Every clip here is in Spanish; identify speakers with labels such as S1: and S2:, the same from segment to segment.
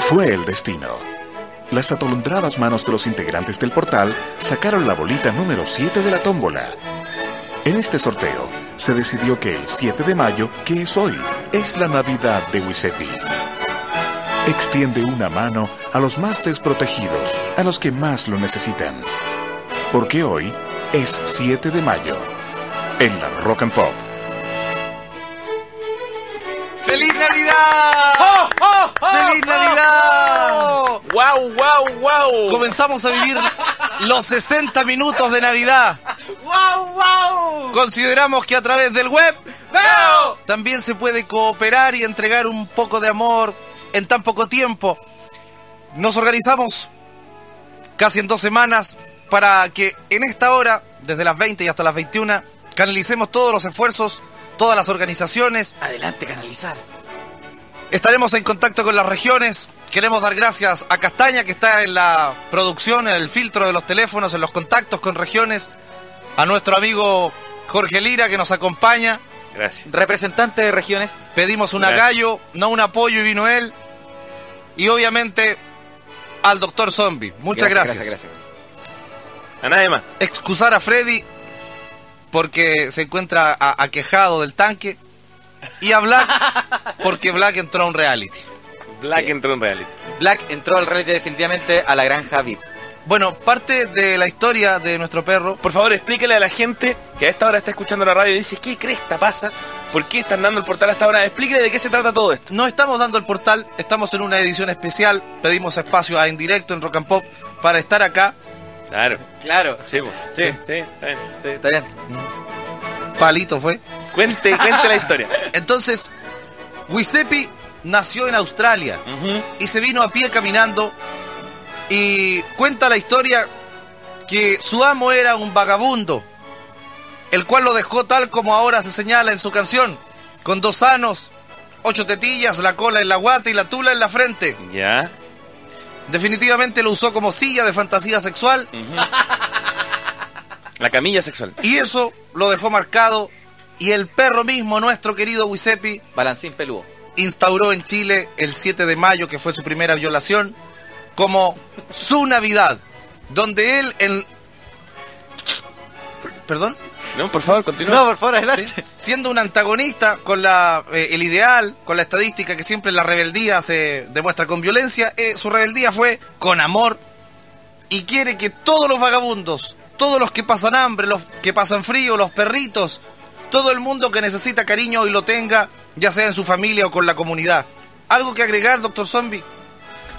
S1: fue el destino. Las atolondradas manos de los integrantes del portal sacaron la bolita número 7 de la tómbola. En este sorteo, se decidió que el 7 de mayo, que es hoy, es la Navidad de Wisepi. Extiende una mano a los más desprotegidos, a los que más lo necesitan. Porque hoy es 7 de mayo, en la Rock and Pop.
S2: ¡Feliz Navidad! ¡Feliz Navidad!
S3: ¡Wow, wow, wow!
S2: ¡Oh! Comenzamos a vivir los 60 minutos de Navidad.
S3: ¡Wow, wow!
S2: Consideramos que a través del web
S3: ¡Veo!
S2: también se puede cooperar y entregar un poco de amor en tan poco tiempo. Nos organizamos casi en dos semanas para que en esta hora, desde las 20 y hasta las 21, canalicemos todos los esfuerzos, todas las organizaciones,
S3: Adelante, canalizar.
S2: Estaremos en contacto con las regiones. Queremos dar gracias a Castaña, que está en la producción, en el filtro de los teléfonos, en los contactos con regiones. A nuestro amigo Jorge Lira, que nos acompaña.
S4: Gracias.
S3: Representante de regiones.
S2: Pedimos una
S4: Gracias.
S2: gallo, no un apoyo, y vino él. Y obviamente al doctor Zombie. Muchas gracias.
S3: Gracias, gracias.
S4: A nadie más.
S2: Excusar a Freddy, porque se encuentra a- aquejado del tanque. Y a Black, porque Black entró a un reality.
S4: Black
S3: Sí.
S4: entró en reality.
S3: Black entró al reality definitivamente a la granja VIP.
S2: Bueno, parte de la historia de nuestro perro
S4: Por favor, explícale a la gente que a esta hora está escuchando la radio y dice, ¿qué cresta pasa? ¿Por qué están dando el portal a esta hora? Explícale de qué se trata todo esto.
S2: No estamos dando el portal, estamos en una edición especial. Pedimos espacio a En Directo en Rock and Pop para estar acá,
S4: Claro.
S3: Claro.
S4: Sí, po.
S3: Sí.
S4: sí. está bien.
S3: Sí, está bien.
S2: palito fue.
S4: Cuente, cuente la historia.
S2: Entonces, Wisepi nació en Australia
S4: Ujú.
S2: y se vino a pie caminando y cuenta la historia que su amo era un vagabundo, el cual lo dejó tal como ahora se señala en su canción, con dos anos, ocho tetillas, la cola en la guata y la tula en la frente.
S4: Ya.
S2: Definitivamente lo usó como silla de fantasía sexual
S4: La camilla sexual.
S2: Y eso lo dejó marcado y el perro mismo, nuestro querido Giuseppe,
S3: Balancín peludo.
S2: instauró en Chile el 7 de mayo, que fue su primera violación, como su Navidad, donde él en... ¿Perdón?
S4: No, por favor,
S3: No,
S4: continúa.
S3: por favor, adelante.
S2: Siendo un antagonista con la, eh, el ideal, con la estadística que siempre la rebeldía se demuestra con violencia, eh, su rebeldía fue con amor y quiere que todos los vagabundos, todos los que pasan hambre, los que pasan frío, los perritos, todo el mundo que necesita cariño y lo tenga, ya sea en su familia o con la comunidad. ¿Algo que agregar, doctor Zombie?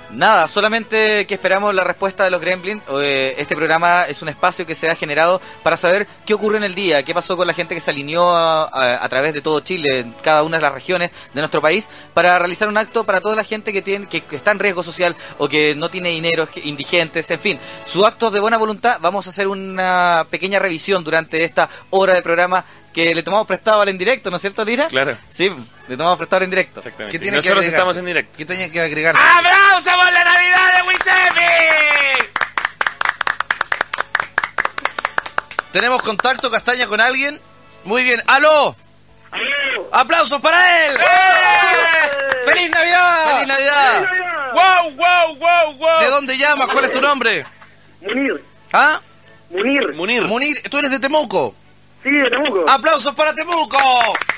S3: Nada, solamente que esperamos la respuesta de los Gremlins. Eh, Este programa es un espacio que se ha generado para saber qué ocurre en el día, qué pasó con la gente que se alineó a, a- a través de todo Chile, en cada una de las regiones de nuestro país, para realizar un acto para toda la gente que, tiene, que, que está en riesgo social o que no tiene dinero, es que- indigentes, en fin. Sus actos de buena voluntad, vamos a hacer una pequeña revisión durante esta hora de programa que le tomamos prestado al en directo, ¿no es cierto, Lira?
S4: Claro.
S3: Sí, le tomamos prestado al en directo.
S4: Exactamente.
S2: ¿Qué
S4: Y
S2: tiene que
S4: Nosotros
S2: agregar?
S4: estamos en directo.
S2: ¿Qué tiene que agregar?
S4: ¡Aplausos por la Navidad de Wisepi!
S2: ¿Tenemos contacto, Castaña, con alguien? Muy bien. ¡Aló!
S3: ¡Aplausos para él! ¡Feliz Navidad!
S2: ¡Eh! ¡Feliz Navidad!
S4: ¡Wow, wow, wow, wow!
S2: ¿De dónde llamas? ¿Cuál es tu nombre?
S5: Munir,
S2: ¿Ah?
S5: Munir,
S4: Munir.
S2: Munir, tú eres de Temuco.
S5: sí, de Temuco.
S2: ¡Aplausos para Temuco!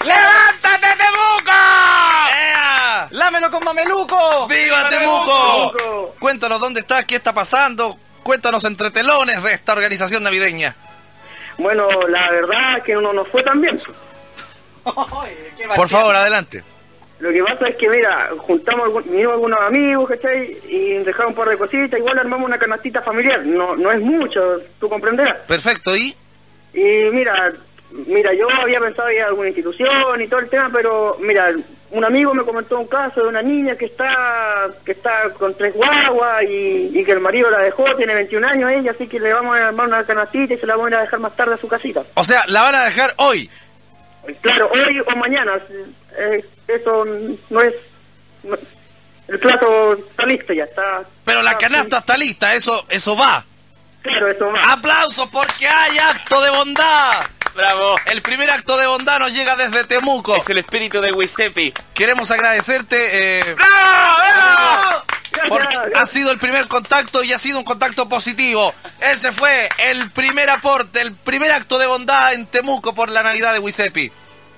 S4: ¡Levántate, Temuco!
S2: ¡Ea!
S3: ¡Lámelo con mameluco!
S2: ¡Viva Temuco!
S5: Temuco!
S2: Cuéntanos dónde estás, qué está pasando. Cuéntanos entre telones de esta organización navideña.
S5: Bueno, la verdad es que uno no fue tan bien. pues.
S2: Por favor, adelante.
S5: Lo que pasa es que, mira, juntamos, algún- vinimos algunos amigos, ¿cachai? Y dejaron un par de cositas, igual armamos una canastita familiar. No, no es mucho, tú comprenderás.
S2: Perfecto, ¿y?
S5: Y mira, mira, yo había pensado ir a alguna institución y todo el tema, pero mira, un amigo me comentó un caso de una niña que está que está con tres guaguas y, y que el marido la dejó, tiene 21 años ella, así que le vamos a armar una canastita y se la vamos a ir a dejar más tarde a su casita.
S2: O sea, la van a dejar hoy.
S5: Claro, hoy o mañana. eh, eso no es. no- el plato está listo ya, está.
S2: Pero la
S5: está-
S2: canasta está lista, eso, eso va.
S5: Ah, Claro, eso va.
S2: ¡Aplausos porque hay acto de bondad!
S4: ¡Bravo!
S2: El primer acto de bondad nos llega desde Temuco.
S4: Es el espíritu de Wisepi.
S2: Queremos agradecerte. eh,
S4: ¡Bravo, bravo!
S5: Ya,
S2: porque
S5: gracias.
S2: ha sido el primer contacto y ha sido un contacto positivo. Ese fue el primer aporte, el primer acto de bondad en Temuco por la Navidad de Wisepi.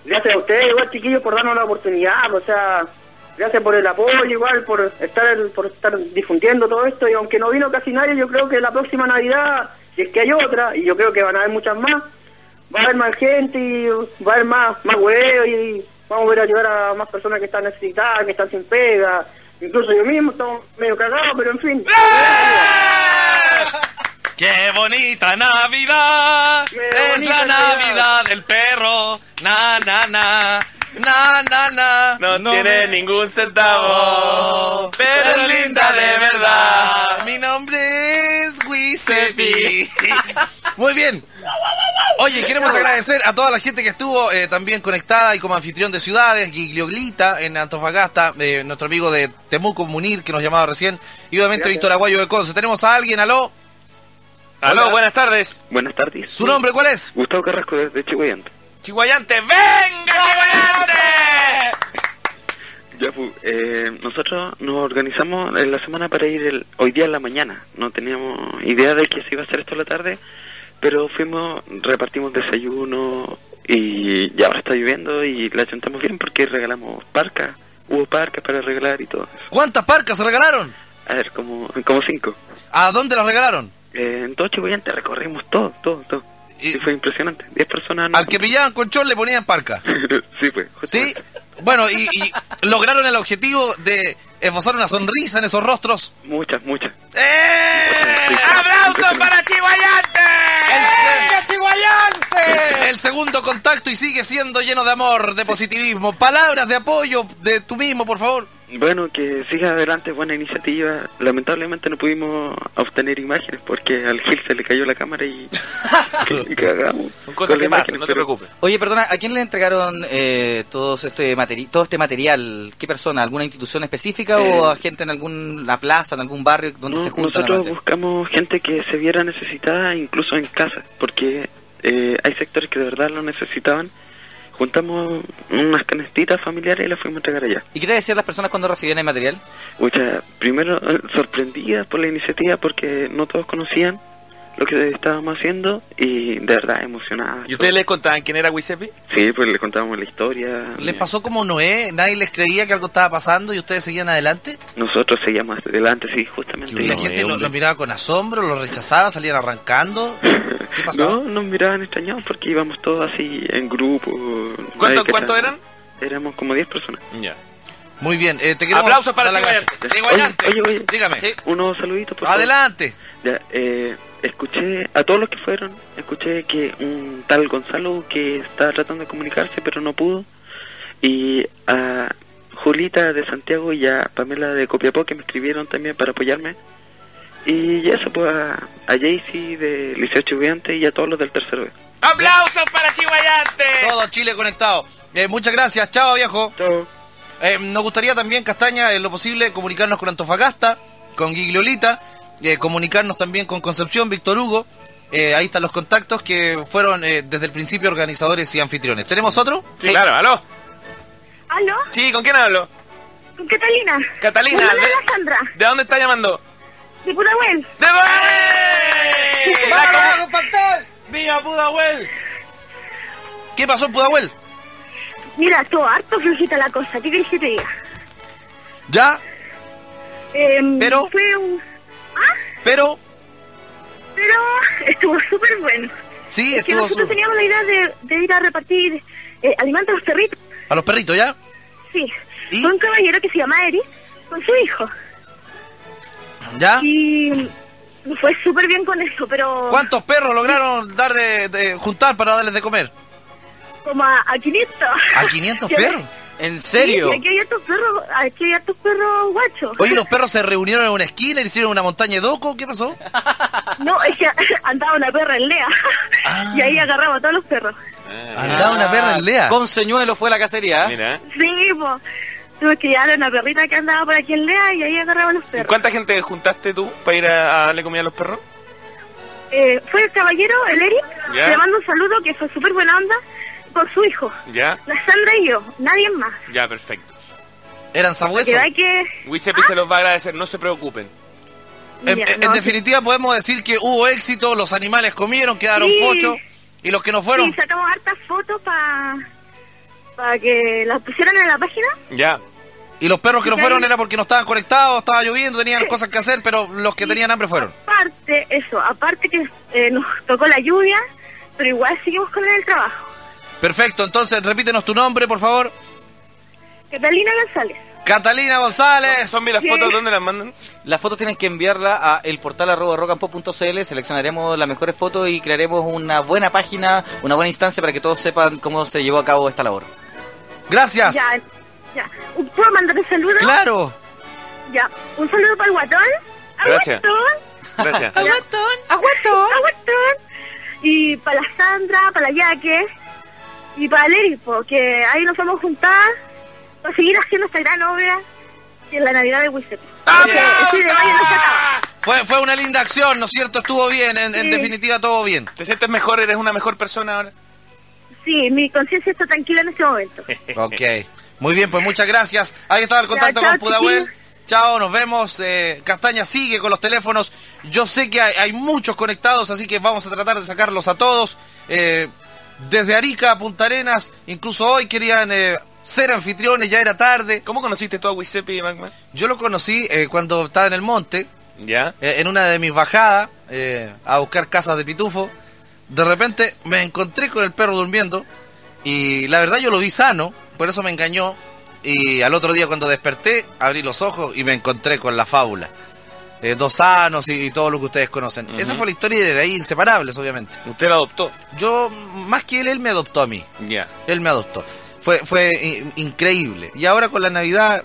S5: Gracias a ustedes, igual chiquillos, por darnos la oportunidad, o sea, gracias por el apoyo, igual por estar por estar difundiendo todo esto, y aunque no vino casi nadie, yo creo que la próxima Navidad, si es que hay otra, y yo creo que van a haber muchas más, va a haber más gente, y va a haber más, más huevos, y vamos a poder ayudar a más personas que están necesitadas, que están sin pega, incluso yo mismo, estamos medio cagados, pero en fin.
S2: ¡Qué bonita Navidad!
S5: ¡Qué
S2: es la
S5: bonita Navidad!
S2: Navidad del perro. Na, na, na. Na, na, na.
S4: No, tiene
S2: me-
S4: ningún centavo, pero es linda de verdad.
S2: Mi nombre es Wisepi. Muy bien. Oye, queremos agradecer a toda la gente que estuvo eh, también conectada y como anfitrión de ciudades, Giglioglita en Antofagasta, eh, nuestro amigo de Temuco Munir que nos llamaba recién, y obviamente
S5: Gracias.
S2: Víctor Aguayo de Conce. Tenemos a alguien, aló.
S4: Aló,
S2: Hola.
S4: buenas tardes.
S6: Buenas tardes.
S2: ¿Su nombre cuál es?
S6: Gustavo Carrasco desde Chihuayante.
S4: Chihuayante, venga Chihuayante.
S6: Ya, fu, eh, nosotros nos organizamos en la semana para ir el- hoy día en la mañana. No teníamos idea de que se iba a hacer esto en la tarde, pero fuimos, repartimos desayuno y ya ahora está lloviendo y la chantamos bien porque regalamos parcas. Hubo parcas para regalar y todo eso.
S2: ¿Cuántas parcas se regalaron?
S6: A ver, como, como cinco.
S2: ¿A dónde las regalaron?
S6: Eh, en todo Chihuayante recorrimos todo, todo, todo.
S2: Y-
S6: Y fue impresionante. Diez personas. nos-
S2: Al que pillaban con chor le ponían parca.
S6: sí, fue.
S2: ¿Sí? Bueno, y, y lograron el objetivo de esbozar una sonrisa en esos rostros.
S6: Muchas, muchas.
S2: ¡Eh!
S4: ¡Aplausos para Chihuayante!
S2: El, el segundo contacto y sigue siendo lleno de amor, de positivismo. Palabras de apoyo de tú mismo, por favor.
S6: Bueno, que siga adelante, buena iniciativa. Lamentablemente no pudimos obtener imágenes porque al Gil se le cayó la cámara y cagamos.
S4: Son
S6: con
S4: cosas que
S6: las
S4: pasan,
S6: imágenes,
S4: no te
S6: pero
S4: preocupes.
S3: Oye, perdona, ¿a quién le entregaron eh, todos este materi- todo este material? ¿Qué persona? ¿Alguna institución específica o
S6: Eh,
S3: a gente en alguna plaza, en algún barrio donde
S6: no,
S3: se juntan?
S6: nosotros
S3: aparte?
S6: buscamos gente que se viera necesitada incluso en casa, porque eh, hay sectores que de verdad lo necesitaban. Juntamos unas canestitas familiares y las fuimos a entregar allá.
S3: ¿Y qué te decían las personas cuando recibían el material?
S6: Muchas, primero eh, sorprendidas por la iniciativa porque no todos conocían lo que estábamos haciendo y de verdad emocionadas.
S4: ¿Y ustedes les contaban quién era Wisepi?
S6: Sí, pues le contábamos la historia.
S2: ¿Les pasó como Noé? ¿Nadie les creía que algo estaba pasando y ustedes seguían adelante?
S6: Nosotros seguíamos hacia adelante, sí, justamente.
S2: Y la
S4: Noé,
S2: gente lo,
S4: hombre.
S2: lo miraba con asombro, lo rechazaba, salían arrancando. ¿Qué pasó?
S6: No, nos miraban extrañados porque íbamos todos así en grupo. nadie
S4: ¿Cuánto,
S6: cachaba.
S4: ¿Cuánto eran?
S6: Éramos como 10 personas.
S4: Ya.
S2: Muy bien, eh, te queremos
S4: Aplausos para
S2: dar las
S4: Chihuayante.
S2: gracias. Chihuayante,
S6: Oye, oye, oye.
S2: dígame.
S3: Sí.
S6: Unos saluditos, por favor.
S2: Adelante.
S6: Ya, eh, escuché a todos los que fueron, escuché que un tal Gonzalo que está tratando de comunicarse pero no pudo. Y a Julita de Santiago y a Pamela de Copiapó que me escribieron también para apoyarme. Y eso, pues a, a Jaycee de Liceo Estudiante y a todos los del tercero B.
S4: ¡Aplausos para Chihuayante!
S2: Todo Chile conectado. Eh, muchas gracias. Chao, viejo.
S6: Chao.
S2: Eh, nos gustaría también, Castaña, en lo posible, comunicarnos con Antofagasta, con Gigliolita, eh, comunicarnos también con Concepción, Víctor Hugo. Eh, ahí están los contactos que fueron eh, desde el principio organizadores y anfitriones. ¿Tenemos otro?
S4: Sí, claro, aló.
S7: ¿Aló?
S4: Sí, ¿con quién hablo?
S7: ¿Con Catalina?
S4: Catalina,
S7: Mi nombre
S4: de-
S7: es Alejandra,
S4: ¿De dónde está llamando?
S7: de Pudahuel.
S4: ¡De Buen! La
S2: ¡Vamos,
S4: com-
S2: vamos, Pantel! ¡Eh! ¡Viva Pudahuel! ¿Qué pasó en Pudahuel?
S7: Mira, todo harto flojita la cosa, ¿qué querés que te diga?
S2: ¿Ya?
S7: Em,
S2: Pero-
S7: Fue un... Ah,
S2: Pero,
S7: pero estuvo súper bueno.
S2: sí,
S7: Es que
S2: estuvo
S7: nosotros
S2: su-
S7: teníamos la idea de, de ir a repartir eh, alimentos a los perritos.
S2: a los perritos, ¿ya?
S7: Sí.
S2: ¿Y?
S7: Fue un caballero que se llama Eric, con su hijo.
S2: ¿Ya?
S7: Y mm, fue súper bien con eso, pero...
S2: ¿Cuántos perros lograron dar, eh, de- juntar para darles de comer?
S7: Como a, a 500.
S2: ¿A 500
S7: Y
S2: perros?
S3: ¿En serio?
S7: Sí, aquí hay hartos perros, aquí hay hartos perros guachos.
S2: Oye, los perros se reunieron en una esquina y le hicieron una montaña de doco. ¿Qué pasó?
S7: No, es que andaba una perra en Lea.
S2: Ah.
S7: Y ahí agarraba a todos los perros.
S2: Andaba una perra en Lea.
S3: Con señuelo Ah. fue la cacería. ¿eh?
S4: Mira.
S7: Sí, po. Tuve que llevar a una perrita que andaba por aquí en Lea y ahí agarraba a los
S4: ¿Y
S7: perros.
S4: ¿Cuánta gente juntaste tú para ir a, a darle comida a los perros?
S7: Eh, fue el caballero, el Eric.
S4: Ya.
S7: Le mando un saludo que fue súper buena onda con su hijo.
S4: Ya,
S7: La Sandra y yo, nadie más.
S4: ya, perfecto.
S2: ¿Eran sabuesos?
S8: ¿Será que...? Ah.
S4: Wisepi se los va a agradecer, no se preocupen.
S2: En,
S8: Ya,
S2: en-
S8: no,
S2: en
S8: sí.
S2: definitiva, podemos decir que hubo éxito, los animales comieron, quedaron
S8: Sí.
S2: pochos, y los que no fueron,
S8: Sí, sacamos hartas fotos para para que las pusieran en la página.
S4: Ya.
S2: y los perros que no
S8: Sí.
S2: fueron era porque no estaban conectados, estaba lloviendo, tenían cosas que hacer, pero los que tenían hambre fueron.
S8: Aparte, eso, aparte que eh, nos tocó la lluvia, pero igual seguimos con el trabajo.
S2: Perfecto, entonces repítenos tu nombre, por favor.
S8: Catalina González.
S2: Catalina González.
S4: ¿Son bien las
S8: Sí.
S4: fotos? ¿Dónde las mandan?
S3: Las fotos tienes que enviarla a el portal arroba rockandpop.cl, seleccionaremos las mejores fotos y crearemos una buena página, una buena instancia para que todos sepan cómo se llevó a cabo esta labor.
S2: Gracias.
S8: Ya, ya. Un- ¿Puedo mandar un saludo?
S2: Claro.
S8: Ya. Un saludo para el guatón.
S4: Gracias.
S8: Aguatón.
S4: Gracias.
S8: Aguatón. Aguatón. Aguatón. Y para la Sandra, para la Yaque. Y para Leris, porque ahí nos vamos a juntar para seguir haciendo esta gran obra que es la Navidad de Wisset. Sí, de mayo no se acaba.
S2: Fue, fue una linda acción, ¿no es cierto? Estuvo bien, en, en
S8: Sí.
S2: definitiva todo bien.
S4: ¿Te sientes mejor? ¿Eres una mejor persona ahora?
S8: Sí, mi conciencia está tranquila en este momento.
S2: Ok. Muy bien, pues muchas gracias. Ahí estaba el contacto
S8: Ya, chao,
S2: con Pudahuel.
S8: chiquillos.
S2: Chao, nos vemos. Eh, Castaña sigue con los teléfonos. Yo sé que hay, hay muchos conectados, así que vamos a tratar de sacarlos a todos. Eh, desde Arica a Punta Arenas, incluso hoy querían eh, ser anfitriones, ya era tarde.
S4: ¿Cómo conociste tú a Wisepi, Magma?
S2: Yo lo conocí eh, cuando estaba en el monte,
S4: Ya.
S2: eh, en una de mis bajadas eh, a buscar casas de pitufo. De repente me encontré con el perro durmiendo y la verdad yo lo vi sano, por eso me engañó. Y al otro día cuando desperté, abrí los ojos y me encontré con la fábula. Eh, dos sanos y, y todo lo que ustedes conocen.
S4: Ujú.
S2: Esa fue la historia y desde ahí inseparables, obviamente.
S4: Usted lo adoptó.
S2: Yo, más que él, él me adoptó a mí.
S4: Ya.
S2: Él me adoptó. Fue, fue in- increíble. Y ahora con la Navidad,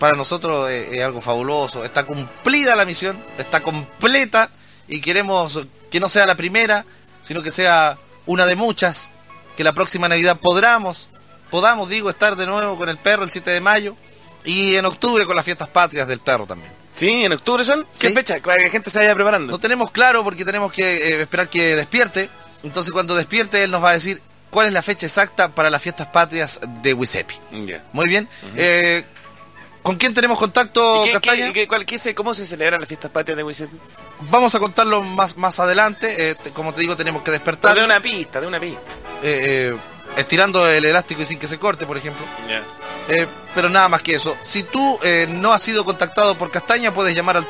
S2: para nosotros es, es algo fabuloso. Está cumplida la misión, está completa y queremos que no sea la primera, sino que sea una de muchas. Que la próxima Navidad podamos, podamos, digo, estar de nuevo con el perro el 7 de mayo y en octubre con las fiestas patrias del perro también.
S4: Sí, en octubre son. ¿Qué
S2: Sí.
S4: fecha? Para que la gente se vaya
S2: No
S4: preparando.
S2: tenemos claro porque tenemos que eh, esperar que despierte. Entonces cuando despierte él nos va a decir cuál es la fecha exacta para las fiestas patrias de Wisepi.
S4: Ya.
S2: Muy bien. Eh, ¿Con quién tenemos
S4: ¿Y qué-
S2: contacto,
S4: qué-
S2: Oh, Castaña?
S4: qué- cuál- qué se- ¿Cómo se celebran las fiestas patrias de Wisepi?
S2: Vamos a contarlo más, más adelante. Eh, te- como te digo, tenemos que despertar.
S4: De una pista, de una pista.
S2: eh, eh, estirando el elástico y sin que se corte, por ejemplo.
S4: Ya.
S2: Eh, pero nada más que eso. Si tú eh, no has sido contactado por Castaña, puedes llamar al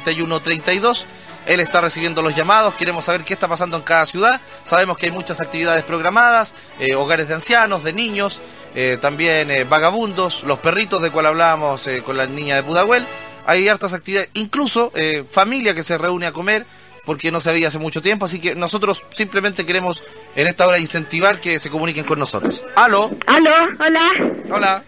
S2: 381-2030-3132. Él está recibiendo los llamados. Queremos saber qué está pasando en cada ciudad. Sabemos que hay muchas actividades programadas, eh, hogares de ancianos, de niños, eh, también eh, vagabundos, los perritos de cual hablábamos eh, con la niña de Pudahuel. Hay hartas actividades, incluso eh, familia que se reúne a comer porque no se había hace mucho tiempo, así que nosotros simplemente queremos en esta hora incentivar que se comuniquen con nosotros. Aló,
S9: Aló, hola.
S2: hola.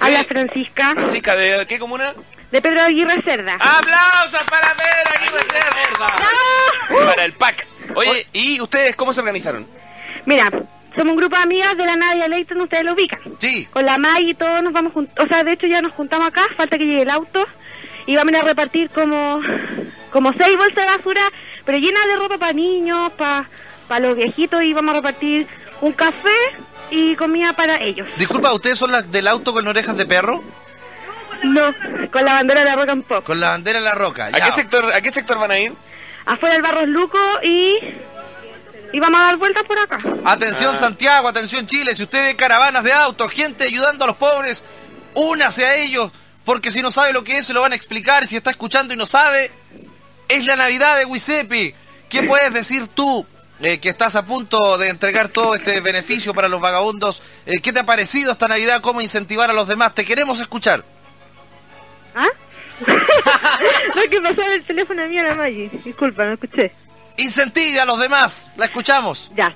S9: Habla Francisca.
S4: Francisca, ¿de qué comuna?
S9: De Pedro Aguirre Cerda.
S4: ¡Aplausos para Pedro Aguirre Cerda! Para el PAC. Oye, ¿y ustedes cómo se organizaron?
S9: Mira, somos un grupo de amigas de la Nadia Leighton, ustedes lo ubican.
S2: Sí.
S9: Con la May y todos nos vamos juntos. O sea, de hecho ya nos juntamos acá, falta que llegue el auto. Y vamos a ir a repartir como, como seis bolsas de basura, pero llenas de ropa para niños, para los viejitos. Y vamos a repartir un café y comida para ellos.
S2: Disculpa, ¿ustedes son las del auto con orejas de perro?
S9: No, con la bandera de la rock and pop.
S2: Con la bandera en la roca.
S4: ¿A
S2: ya.
S4: qué sector, a qué sector van a ir?
S9: Afuera el barro es luco y, y vamos a dar vueltas por acá.
S2: Atención Santiago, atención Chile, si usted ve caravanas de autos, gente ayudando a los pobres, únase a ellos, porque si no sabe lo que es, se lo van a explicar, si está escuchando y no sabe, es la Navidad de Wisepi. ¿Qué puedes decir tú eh, que estás a punto de entregar todo este beneficio para los vagabundos? Eh, ¿Qué te ha parecido esta Navidad? ¿Cómo incentivar a los demás? Te queremos escuchar.
S9: ¿Ah? Lo que pasaba el teléfono mío la Maggi. Disculpa, no escuché.
S2: Incentive a los demás, la escuchamos.
S9: Ya.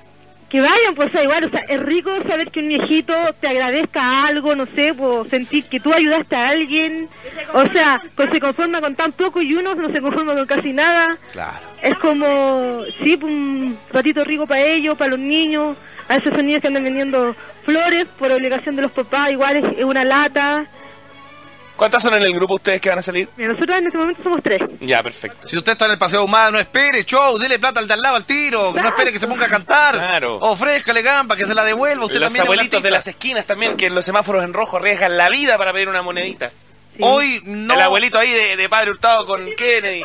S9: Que vayan, pues o sea, igual, o sea, es rico saber que un viejito te agradezca algo, no sé, pues, sentir que tú ayudaste a alguien. O sea, que se conforma con tan poco y uno no se conforma con casi nada.
S2: Claro.
S9: Es como, sí, pues, un ratito rico para ellos, para los niños. A esos niños que andan vendiendo flores por obligación de los papás, igual es es una lata.
S4: ¿Cuántas son en el grupo ustedes que van a salir?
S10: Mira, nosotros en este momento somos tres.
S4: Ya, perfecto.
S2: Si usted está en el paseo humado, no espere, show, dele plata al de al lado al tiro, no espere que se ponga a cantar.
S4: Claro.
S2: Ofrézcale gamba, que se la devuelva. Usted
S4: los
S2: también es un
S4: abuelitos de las
S2: artista.
S4: esquinas también, que en los semáforos en rojo arriesgan la vida para pedir una monedita.
S2: Hoy no.
S4: El abuelito ahí de, de Padre Hurtado con Kennedy.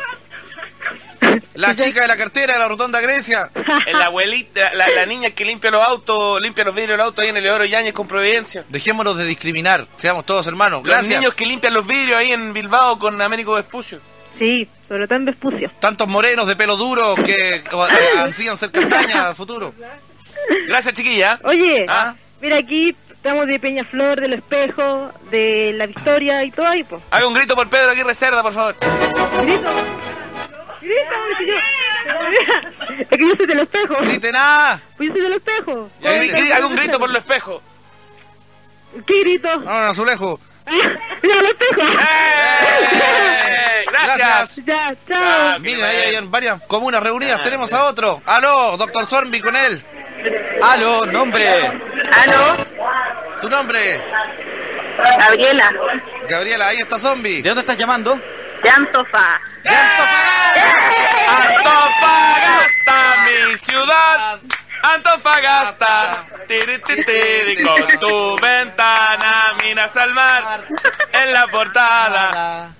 S2: La chica de la cartera de la Rotonda Grecia.
S4: El abuelita, la, la niña que limpia los autos, limpia los vidrios del auto ahí en Eleodoro Yáñez con Providencia.
S2: Dejémonos de discriminar, seamos todos hermanos.
S4: Los
S2: Gracias.
S4: niños que limpian los vidrios ahí en Bilbao con Américo Vespucio.
S10: Sí, sobre todo en Vespucio.
S2: Tantos morenos de pelo duro que o- a- ansían ser castaña al futuro.
S4: Gracias, chiquilla.
S10: Oye,
S4: Ah.
S10: mira aquí estamos de Peñaflor, del Espejo, de La Victoria y todo ahí, pues.
S4: Haga un grito por Pedro Aguirre Cerda, por favor.
S10: Grito. Grito, porque yo... Es que yo soy del Espejo.
S2: Grite nada.
S10: Pues yo soy del Espejo.
S4: Ya, gri- gri- Haga un grito por los espejos.
S10: ¿Qué grito?
S2: No, no, azulejo.
S10: ¡Mira, del Espejo!
S4: ¡Eh! Gracias.
S10: Ya, chao.
S4: Ah,
S2: Miren, ahí hayan varias comunas reunidas.
S3: Ah,
S2: Tenemos a otro. Aló, doctor Zornby con él. Aló, nombre.
S5: Aló,
S2: Su nombre.
S5: Gabriela,
S2: Gabriela, ahí está Zombie.
S3: ¿De dónde estás llamando?
S5: de Antofa.
S4: ¡Eh! Antofagasta, mi ciudad. Antofagasta, tiri, tiri, tiri, con tu ventana, minas al mar, en la portada.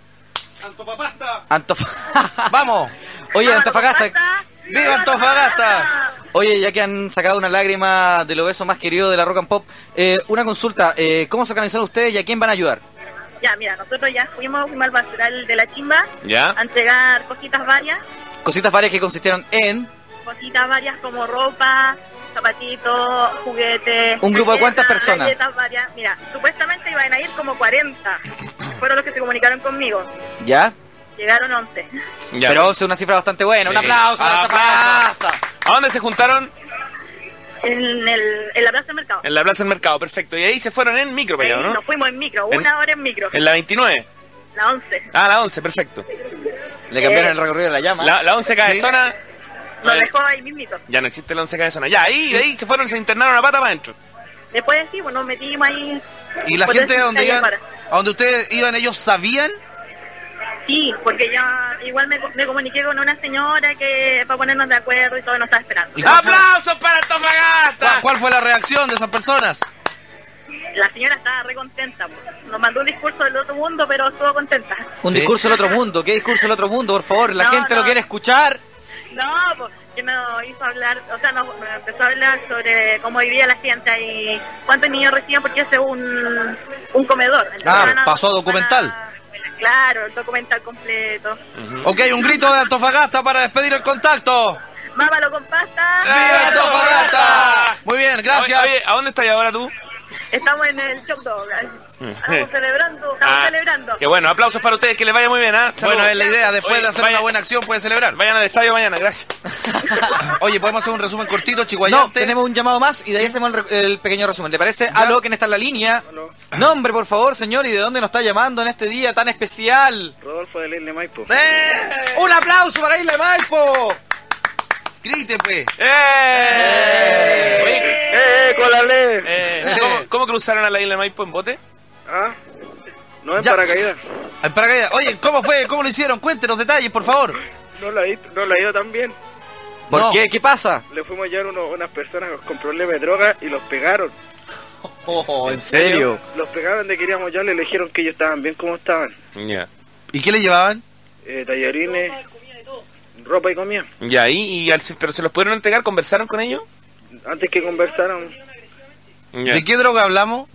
S3: Antof-
S2: Vamos.
S3: Oye, Antofagasta.
S2: ¡Viva Antofagasta!
S3: Oye, ya que han sacado una lágrima del obeso más querido de la rock and pop, eh, una consulta. eh, ¿Cómo se organizaron ustedes y a quién van a ayudar?
S7: Ya, mira, nosotros ya fuimos, fuimos al basural de la chimba
S4: ¿Ya?
S7: a entregar cositas varias,
S3: Cositas varias que consistieron en
S7: cositas varias como ropa, zapatitos, juguetes.
S3: ¿Un grupo de cuántas
S7: galletas,
S3: personas?
S7: galletas varias. Mira, supuestamente iban a ir como 40. Fueron los que se comunicaron conmigo.
S3: ¿Ya?
S7: Llegaron 11.
S4: ya.
S3: Pero es una cifra bastante buena. Un
S4: Sí.
S2: Ah,
S3: aplauso. a
S4: Aplauso.
S3: Antofagasta.
S4: Ah, ¿A dónde se juntaron?
S7: En, el, en la plaza del mercado.
S4: En la Plaza del Mercado, perfecto. Y ahí se fueron en micro, para allá,
S7: Ahí
S4: ¿no?
S7: Nos fuimos en micro,
S4: En-
S7: una hora en micro.
S4: En la 29.
S7: La 11.
S4: Ah, la 11, perfecto.
S3: Le cambiaron el recorrido de la llama.
S4: La, la 11 cabezona.
S7: Nos
S4: eh,
S7: dejó ahí mismito.
S4: Ya no existe la 11 cabezona. Ya, ahí, ahí se fueron, se internaron a pata para adentro.
S7: Después sí, bueno, nos metimos ahí.
S2: ¿Y la
S7: Por
S2: gente de
S7: eso
S2: donde
S7: se
S2: iban,
S7: llamara.
S2: a donde ustedes iban, ellos sabían?
S7: Sí, porque ya igual me, me comuniqué con una señora que para ponernos de acuerdo y todo nos estaba esperando.
S2: ¿Y cuál fue,
S4: ¡Aplausos para Tofagasta!
S5: Ah.
S2: cuál- cuál fue la reacción de esas personas?
S7: La señora estaba re contenta, pues. nos mandó un discurso del otro mundo, pero estuvo contenta.
S3: Un
S2: Sí.
S3: discurso del otro mundo. ¿Qué discurso del otro mundo? Por favor, la
S7: No,
S3: gente lo
S7: no.
S3: quiere escuchar.
S7: No, pues, que nos hizo hablar, o sea, nos nos empezó a hablar sobre cómo vivía la gente y cuántos niños reciben porque hace un, un comedor. Entonces
S2: Ah,
S7: van a-
S2: pasó
S7: van a-
S2: documental.
S7: claro, el documental completo.
S2: Ok, un grito de Antofagasta para despedir el contacto.
S7: Mámalo con pasta.
S2: ¡Viva
S4: Antofagasta!
S2: Antofagasta! Muy bien, gracias.
S4: Oye, oye, ¿a dónde estás ahora tú?
S7: Estamos en el Shop Dog. Estamos celebrando, estamos
S4: Ah,
S7: celebrando.
S4: Qué bueno, aplausos para ustedes, que les vaya muy bien, ¿ah? Saludos.
S2: Bueno, es la idea, después
S4: Oye,
S2: de hacer
S4: vayan-
S2: una buena acción puede celebrar.
S4: Vayan al estadio mañana, gracias.
S2: Oye, podemos hacer un resumen cortito,
S3: No,
S2: Chihuayante.
S3: tenemos un llamado más y de ahí hacemos el, re- el pequeño resumen. ¿Le parece? Aló, ¿quién está en la línea? Nombre, por favor, señor, y de dónde nos está llamando en este día tan especial.
S6: Rodolfo de Lille Maipo.
S2: ¡Eh!
S3: Un aplauso para Isla de Maipo.
S2: Grite, pues.
S4: ¡Eh! Oye,
S6: ¡Eh, con la ley!
S4: eh, ¿cómo, cómo cruzaron a la isla de Maipo en bote?
S6: ¿Ah? No en
S3: Ya.
S6: paracaídas.
S2: Al paracaídas. Oye, ¿cómo fue? ¿Cómo lo hicieron? Cuéntenos detalles, por favor.
S6: No la, hi- no la ha ido tan bien.
S3: ¿Por
S2: No.
S3: qué? ¿Qué pasa?
S6: Le fuimos a llevar uno- unas personas con problemas de droga y los pegaron.
S3: Oh, ¿En serio?
S6: Los pegaron donde queríamos llevarle y le dijeron que ellos estaban bien como estaban.
S4: Ya.
S2: ¿Y qué le llevaban?
S6: Eh, tallarines, ropa y comida.
S4: Ya, ahí, y al- pero se los pudieron entregar, conversaron con ellos.
S6: Antes que conversaran,
S4: Ya.
S2: ¿De qué droga hablamos?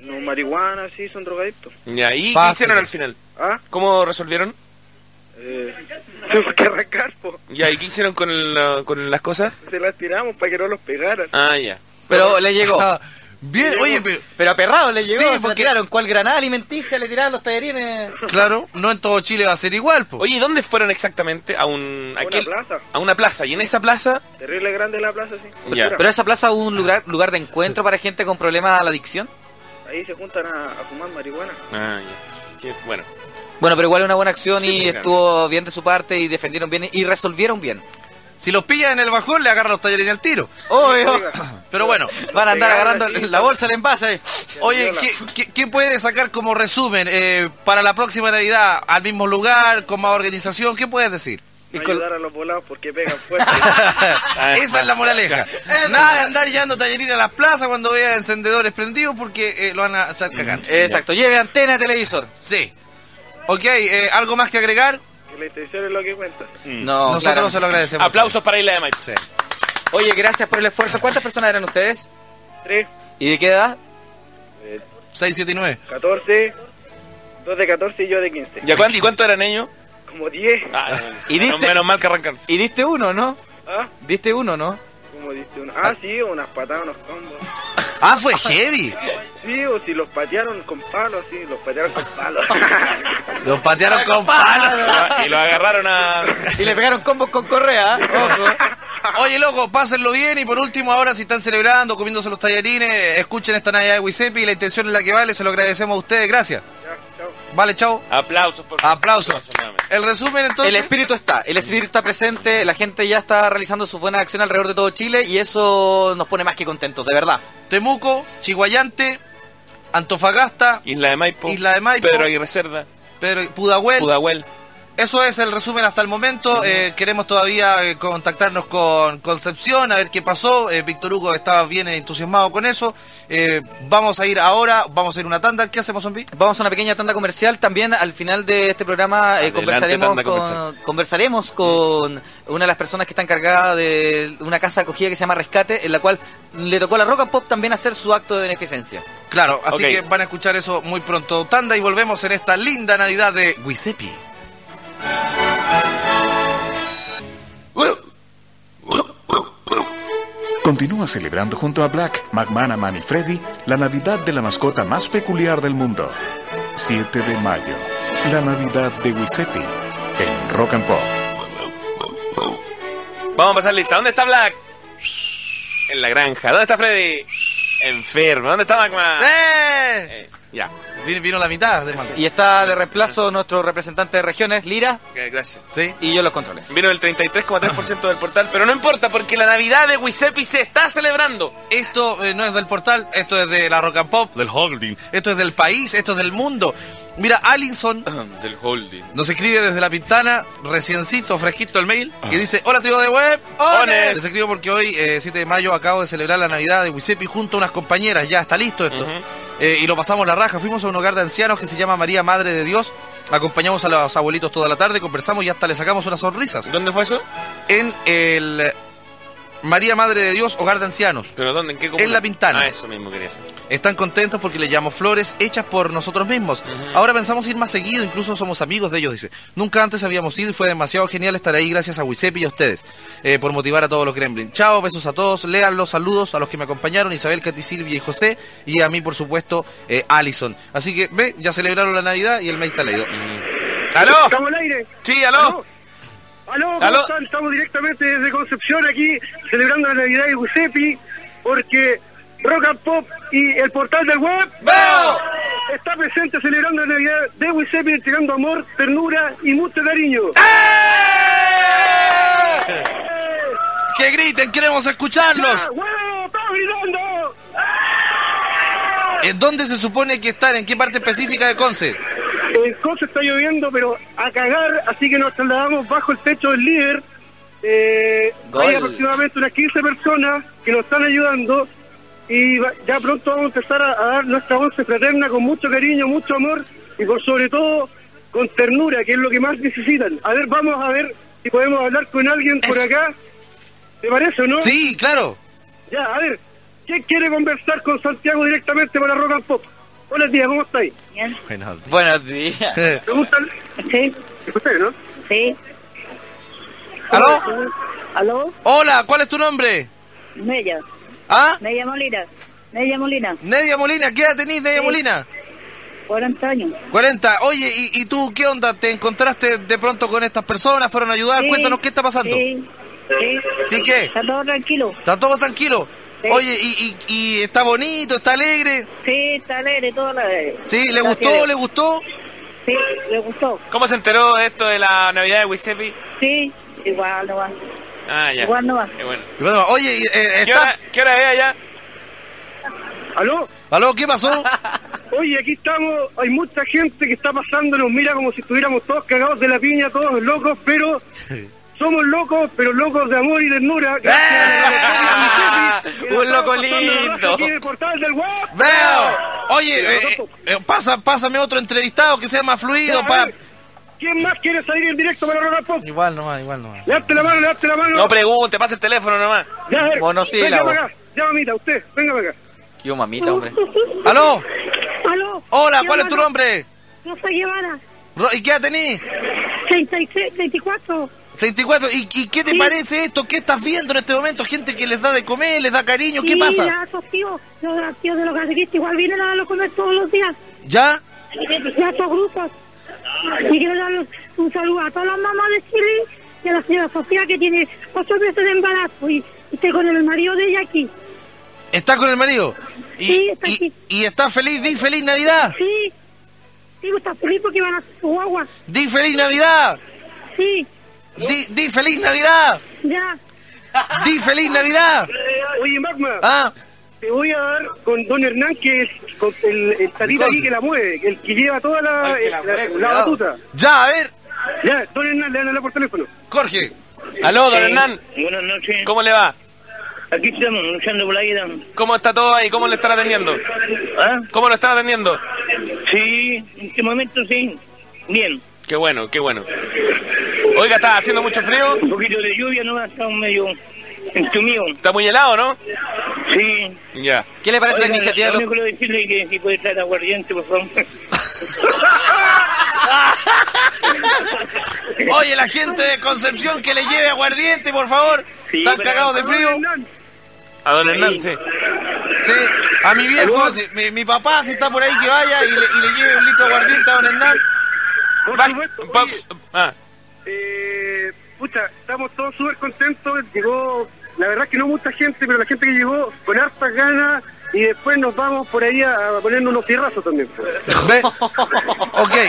S6: no marihuana, sí, son drogadictos.
S4: Ya, ¿y qué
S2: Fácil.
S4: hicieron al final?
S6: ¿Ah?
S4: ¿Cómo resolvieron?
S6: Eh, tuvimos que arrancar, po.
S4: Ya, ¿y qué hicieron con, el, con las cosas?
S6: Se las tiramos para que no los pegaran.
S4: Ah, ya.
S3: Pero le llegó.
S2: Ah, bien, oye, pero...
S3: Pero aperrado le llegó.
S2: Sí,
S3: se la
S2: porque-
S3: tiraron. ¿Cuál granada alimenticia le tiraron los tallerines?
S2: Claro, no en todo Chile va a ser igual, pues.
S4: Oye, ¿y ¿dónde fueron exactamente? A un...
S6: A una
S4: aquel-
S6: plaza.
S4: A una plaza. ¿Y en esa plaza?
S6: Terrible grande la plaza, sí.
S4: Ya.
S6: Mira,
S3: ¿Pero esa plaza es un lugar, lugar de encuentro para gente con problemas a la adicción?
S6: Ahí se juntan a, a fumar marihuana.
S4: Ah, ya. Qué- bueno.
S3: Bueno, pero igual es una buena acción
S4: Sí,
S3: y
S4: claro.
S3: estuvo bien de su parte y defendieron bien y resolvieron bien.
S2: Si los pillan en el bajón, le agarran los tallerines al tiro.
S3: Obvio.
S2: Pero bueno,
S3: Van a andar agarrando la bolsa del envase.
S2: oye, ¿qué, qué, qué puede sacar como resumen eh, para la próxima Navidad? ¿Al mismo lugar, con más organización? ¿Qué puedes decir?
S11: Ayudar a los volados porque pegan fuerte.
S2: Esa es la moraleja. Nada de andar llevando tallerines a las plazas cuando vea encendedores prendidos porque eh, lo van a echar cagando.
S3: Mm, Exacto, lleve antena, televisor.
S2: Sí. Ok, eh, ¿algo más que agregar?
S11: que la intención es lo que cuenta.
S3: No,
S2: Nosotros
S3: claro. Ah,
S2: se lo agradecemos.
S4: Aplausos para Isla de Maipo.
S2: Sí.
S3: Oye, gracias por el esfuerzo. ¿Cuántas personas eran ustedes?
S11: Tres,
S3: ¿Y de qué edad?
S4: Eh,
S2: 679.
S11: 14, dos de 14 y yo de 15.
S4: ¿Y a cuánto, y cuánto eran ellos?
S11: Como 10.
S4: Ah,
S3: ¿Y
S4: menos,
S3: diste?
S4: menos mal que arrancan.
S3: Y diste uno, ¿no?
S11: Ah,
S3: Diste uno, ¿no?
S11: como dice uno. Ah, sí, unas patadas, unos combos.
S2: Ah, fue heavy.
S11: Sí, o si los patearon con palos, sí, los patearon con palos.
S2: Los patearon con palos.
S4: Y lo agarraron a.
S3: Y le pegaron combos con correa. ¿eh? Ojo.
S2: Oye, loco, pásenlo bien y por último, ahora si están celebrando, comiéndose los tallarines, escuchen esta Navidad de Wisepi, la intención es la que vale, se lo agradecemos a ustedes, gracias.
S11: ya, chao.
S2: Vale, chao.
S4: Aplausos, por favor.
S2: Aplausos.
S4: nuevamente.
S2: El resumen entonces.
S3: El espíritu está, el espíritu está presente, la gente ya está realizando sus buenas acciones alrededor de todo Chile y eso nos pone más que contentos, de verdad.
S2: Temuco, Chihuayante, Antofagasta,
S4: Isla de Maipo.
S2: Isla de Maipo.
S4: Pedro Aguirre Cerda.
S2: pero Pudahuel.
S4: Pudahuel.
S2: Eso es el resumen hasta el momento. Eh, queremos todavía eh, contactarnos con Concepción, a ver qué pasó. Eh, Víctor Hugo estaba bien entusiasmado con eso. Eh, vamos a ir ahora, vamos a ir una tanda. ¿Qué hacemos, Zombie?
S3: Vamos a una pequeña tanda comercial. También al final de este programa
S4: Adelante,
S3: eh, conversaremos,
S4: tanda
S3: con,
S4: comercial.
S3: conversaremos con una de las personas que está encargada de una casa acogida que se llama Rescate, en la cual le tocó a la Rock and Pop también hacer su acto de beneficencia.
S2: Claro, así
S4: Ok.
S2: que van a escuchar eso muy pronto. Tanda y volvemos en esta linda Navidad de Wisepi.
S1: Continúa celebrando junto a Black, McManaman y Freddy la Navidad de la mascota más peculiar del mundo. 7 de mayo, la Navidad de Wisepi, en Rock and Pop.
S4: Vamos a pasar lista. ¿Dónde está Black? En la granja. ¿Dónde está Freddy? Enfermo. ¿Dónde está Magma?
S2: ¡Eh!
S4: Eh, ya.
S2: Vino, vino la mitad de mano.
S3: Y está de reemplazo nuestro representante de regiones, Lira,
S4: Ok, gracias.
S2: Sí.
S3: y yo los controles.
S4: Vino el 33,3% del portal, pero no importa porque la Navidad de Wisepi se está celebrando.
S2: Esto eh, no es del portal, esto es de la rock and pop, del holding. Esto es del país, esto es del mundo. Mira, Alinson
S4: Del holding.
S2: Nos escribe desde la pintana, reciéncito, fresquito el mail, que dice, hola tribu de web,
S4: Ones.
S2: Les escribo porque hoy, eh, 7 de mayo, acabo de celebrar la Navidad de Wisepi junto a unas compañeras, ya está listo esto.
S4: Ujú.
S2: Eh, y lo pasamos la raja, fuimos a un hogar de ancianos que se llama María Madre de Dios, acompañamos a los abuelitos toda la tarde, conversamos y hasta le sacamos unas sonrisas.
S4: ¿Dónde fue eso?
S2: En el eh, María Madre de Dios, hogar de ancianos.
S4: ¿Pero dónde? ¿En qué comuna?
S2: En La Pintana.
S4: Ah, eso mismo quería hacer.
S2: Están contentos porque le llamamos flores hechas por nosotros mismos. Ahora pensamos ir más seguido, incluso somos amigos de ellos, dice. Nunca antes habíamos ido y fue demasiado genial estar ahí gracias a Wisepi y a ustedes eh, por motivar a todos los Gremlin. Chao, besos a todos, lean los saludos a los que me acompañaron, Isabel, Katy, Silvia y José, y a mí, por supuesto, eh, Allison. Así que, ve, ya celebraron la Navidad y el mail está leído.
S4: ¡Aló!
S11: ¿Estamos al aire?
S4: Sí, aló.
S11: ¿Aló? ¿Cómo
S4: ¿Aló?
S11: están? Estamos directamente desde Concepción aquí, celebrando la Navidad de Giuseppe, porque Rock and Pop y el portal del web
S4: ¡Bravo!
S11: está presente celebrando la Navidad de Giuseppe, entregando amor, ternura y mucho cariño.
S4: ¡Eh!
S2: ¡Que griten, queremos escucharlos!
S11: ¡Ah, huevo! ¡Estamos gritando!
S2: ¿En dónde se supone que están? ¿En qué parte específica de Conce?
S11: En Conce está lloviendo, pero a cagar, así que nos trasladamos bajo el techo del líder. Eh,
S3: Gol.
S11: hay aproximadamente unas 15 personas que nos están ayudando y va- ya pronto vamos a empezar a, a dar nuestra once fraterna con mucho cariño, mucho amor y por sobre todo con ternura, que es lo que más necesitan. A ver, vamos a ver si podemos hablar con alguien por
S2: Eso.
S11: acá. ¿Te parece o no?
S2: Sí, claro.
S11: Ya, a ver, ¿quién quiere conversar con Santiago directamente para Rock and Pop? Hola tía, ¿cómo estáis?
S2: Bueno,
S3: Buenos días.
S11: ¿Preguntan?
S5: Sí,
S11: ¿Ustedes, no?
S5: sí.
S2: ¿Aló?
S5: ¿Aló?
S2: Hola, ¿cuál es tu nombre?
S5: Mella,
S2: ¿Ah?
S5: Mella Molina, Mella Molina,
S2: Nedia Molina, ¿qué edad tenés, Nedia Eh, Molina?
S5: 40 años.
S2: 40. Oye, ¿y, y tú qué onda? ¿Te encontraste de pronto con estas personas? ¿Fueron a ayudar?
S5: Sí,
S2: Cuéntanos qué está pasando.
S5: Sí, sí.
S2: ¿Sí qué?
S5: Está todo tranquilo.
S2: ¿Está todo tranquilo?
S5: Sí.
S2: Oye, y, y- y está bonito? ¿Está alegre?
S5: Sí, está alegre, todo la
S2: ¿Sí? ¿Le
S5: Está
S2: gustó?
S5: alegre.
S2: ¿Le gustó?
S5: Sí, le gustó.
S4: ¿Cómo se enteró de esto de la Navidad de Wisepi?
S5: Sí, igual, igual.
S4: Ah, ya.
S11: Igual no va.
S4: Qué bueno.
S2: Y bueno, oye, y, eh,
S4: ¿Qué
S2: está-
S4: hora, qué hora es allá?
S11: ¿Aló?
S2: ¿aló? ¿Qué pasó?
S11: Oye, aquí estamos, hay mucha gente que está pasando, nos mira como si estuviéramos todos cagados de la piña, todos locos, pero somos locos, pero locos de amor y ternura.
S2: ¡Ah! ¡Eh! Un loco lindo.
S11: Tiene el portal del web.
S2: ¡Veo! Oye, eh, eh, pasa, pásame otro entrevistado que sea más fluido. Pa...
S11: ¿Quién más quiere salir en directo para robar pop?
S2: Igual nomás, igual nomás.
S11: Levantate la mano, levantate la mano.
S4: No pregunte, pasa el teléfono nomás.
S11: ya, eh, a ver, venga
S3: Monosílabo.
S11: para acá, ya mamita, usted, venga para acá.
S3: Qué
S11: Uh.
S3: mamita, hombre.
S2: ¿Aló?
S9: Aló.
S2: Hola,
S9: Yo
S2: ¿cuál es
S9: no-
S2: tu nombre?
S9: Yo soy Ivana.
S2: Ro- ¿Y qué edad tenés?
S9: 36, 24.
S2: 34. ¿Y, y qué te
S9: Sí.
S2: parece esto? ¿Qué estás viendo en este momento? Gente que les da de comer, les da cariño. ¿Qué
S9: Sí,
S2: pasa?
S9: a esos tíos, los tíos de los catequistas, igual vienen a darlo comer todos los días.
S2: ¿Ya?
S9: Y a estos grupos. Y quiero darles un saludo a todas las mamás de Chile y a la señora Sofía que tiene ocho meses de embarazo y, y estoy con el marido de ella aquí.
S2: ¿Estás con el marido? ¿Y,
S9: Sí, está
S2: y-
S9: aquí.
S2: y estás feliz? ¿Di feliz Navidad?
S9: Sí, sí, está feliz porque van a hacer su guagua.
S2: ¿Di feliz Navidad?
S9: Sí,
S2: ¿Di, di feliz Navidad?
S9: ya.
S2: ¿Di feliz Navidad?
S11: Eh, Oye, Magma,
S2: ¿Ah?
S11: te voy a dar con Don Hernán, que es con el, el tatita aquí que la mueve, el que lleva toda la, eh,
S3: El que la
S11: la-
S3: mueve,
S11: la
S3: cuidado.
S11: batuta.
S2: Ya, a ver,
S11: Ya, Don Hernán, le van a hablar por teléfono. Eh,
S2: Jorge.
S4: Aló, don Hernán,
S12: Eh, Buenas noches.
S4: ¿cómo le va?
S12: Aquí estamos, luchando por la vida.
S4: ¿Cómo está todo ahí? ¿Cómo lo están atendiendo?
S12: ¿Ah?
S4: ¿Cómo lo están atendiendo?
S12: Sí, en este momento sí. Bien.
S4: Qué bueno, qué bueno. Oiga, está haciendo mucho frío,
S12: Un poquito de lluvia no va a estar medio entumido.
S4: está muy helado, ¿no?
S12: Sí.
S4: Ya.
S3: ¿Qué le parece la
S12: Oiga,
S3: iniciativa de
S12: lo
S3: los
S12: único que quiero decirle que si puede traer aguardiente, por favor.
S2: Oye, la gente de Concepción que le lleve aguardiente, por favor.
S12: Sí,
S2: Están
S12: pero-
S2: cagados de frío.
S4: A don Hernán, sí.
S2: Sí, a mi viejo, si- mi, mi papá, si está por ahí, que vaya y le, y le lleve un litro de aguardiente a don Hernán.
S11: Por
S4: Va-
S11: supuesto,
S4: va-
S11: oye,
S4: ah,
S11: eh, pucha, estamos todos súper contentos. Llegó, la verdad que no mucha gente, pero la gente que llegó con hartas ganas. Y después nos vamos por ahí a a ponernos unos tierrazos también.
S2: ¿Ve? Ok,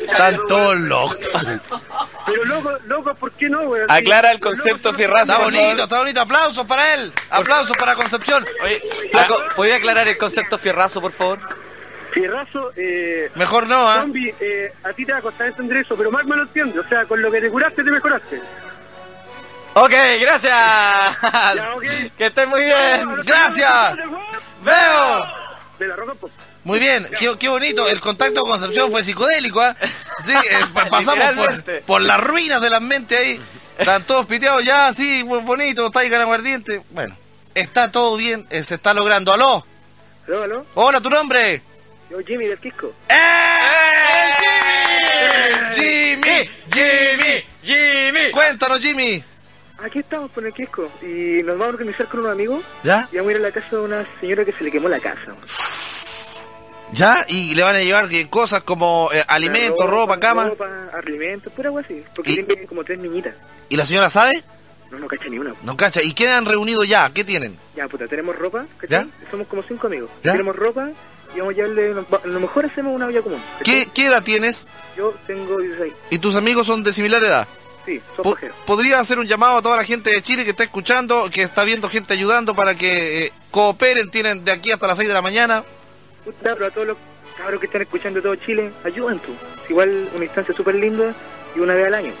S2: están todos locos.
S11: Pero loco, loco, ¿por qué no, güey?
S4: Aclara el
S11: Los
S4: concepto
S11: locos-
S4: fierrazo.
S2: Está bonito, está bonito. Aplausos para él. Aplausos para Concepción.
S4: oye,
S3: Flaco,
S4: ah,
S3: ¿podría aclarar el concepto fierrazo, por favor?
S11: Fierrazo, eh,
S2: Mejor no, ¿ah?
S11: Zombie, eh, a ti te va a costar entender eso, pero Magma lo entiende. O sea, con lo que te curaste, te mejoraste.
S3: Ok, gracias.
S11: Ya, ok.
S3: Que estés muy bien.
S2: Este, Gracias. Veo.
S11: De la roca, pues.
S2: Muy bien, qué, qué bonito. El contacto con Concepción fue psicodélico, ¿ah? Sí, eh, pa- pasamos por,
S3: Literalmente.
S2: por las ruinas de las mentes ahí. Están todos piteados ya, sí, bu- bonito, está ahí con aguardiente. Bueno, está todo bien, eh, se está logrando. ¡Aló!
S11: ¿Aló, aló?
S2: ¡Hola, tu nombre! ¡Eh!
S11: Yo, Jimmy del Quisco. ¡Eh!
S2: Jimmy, Jimmy, Jimmy. Cuéntanos, Jimmy.
S11: Aquí estamos por el Quisco y nos vamos a organizar con un amigo
S2: ¿Ya?
S11: y vamos a ir a la casa de una señora que se le quemó la casa.
S2: ¿Ya? Y le van a llevar eh, cosas como eh, alimento, ropa, cama.
S11: Ropa, alimentos, pura agua así, porque
S2: Y-
S11: tiene como tres niñitas.
S2: ¿Y la señora sabe?
S11: No nos cacha ni una. po.
S2: No cacha. ¿Y qué han reunido ya? ¿Qué tienen?
S11: Ya, puta, tenemos ropa, ¿cachai? Somos como cinco amigos.
S2: ¿Ya?
S11: Tenemos ropa y vamos a llevarle, nos va- a lo mejor hacemos una olla común. ¿cachai?
S2: ¿Qué, qué edad tienes?
S11: Yo tengo 16,
S2: ¿Y tus amigos son de similar edad?
S11: sí, soy
S2: Po-
S11: pajero.
S2: ¿Podría hacer un llamado a toda la gente de Chile que está escuchando, que está viendo gente ayudando para que eh, cooperen? Tienen de aquí hasta las 6 de la mañana.
S11: Puta, pero a todos los cabros que están escuchando de todo Chile, ayuden tú. Es igual una instancia súper linda y una vez al año.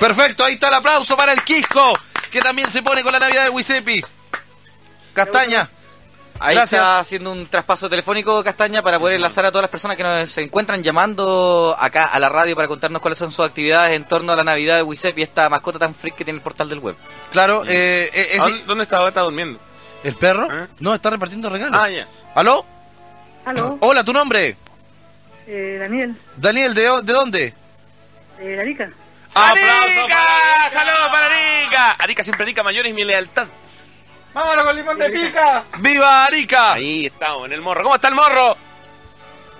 S2: Perfecto, ahí está el aplauso para el Quisco, que también se pone con la Navidad de Wisepi. Castaña.
S3: Ahí
S2: Gracias.
S3: está haciendo un traspaso telefónico, Castaña, para poder enlazar a todas las personas que nos se encuentran llamando acá a la radio para contarnos cuáles son sus actividades en torno a la Navidad de Wisep y esta mascota tan freak que tiene el portal del web.
S2: Claro, eh, eh,
S4: ¿a
S2: ese-
S4: dónde- ¿dónde está? ahora? ¿Está durmiendo?
S2: ¿el perro?
S4: ¿Ah?
S2: No, está repartiendo regalos.
S4: Ah, ya.
S2: ¿Aló?
S9: Aló,
S2: Hola, ¿tu nombre?
S9: eh, Daniel,
S2: Daniel, ¿de, o- de dónde?
S9: eh, la rica.
S4: ¡Aplausos para ¡Saludos para Arica! Arica siempre Arica, mayor es mi lealtad.
S2: ¡Vámonos con limón de pica! ¡Viva Arica!
S4: Ahí estamos, en el morro. ¿Cómo está el morro?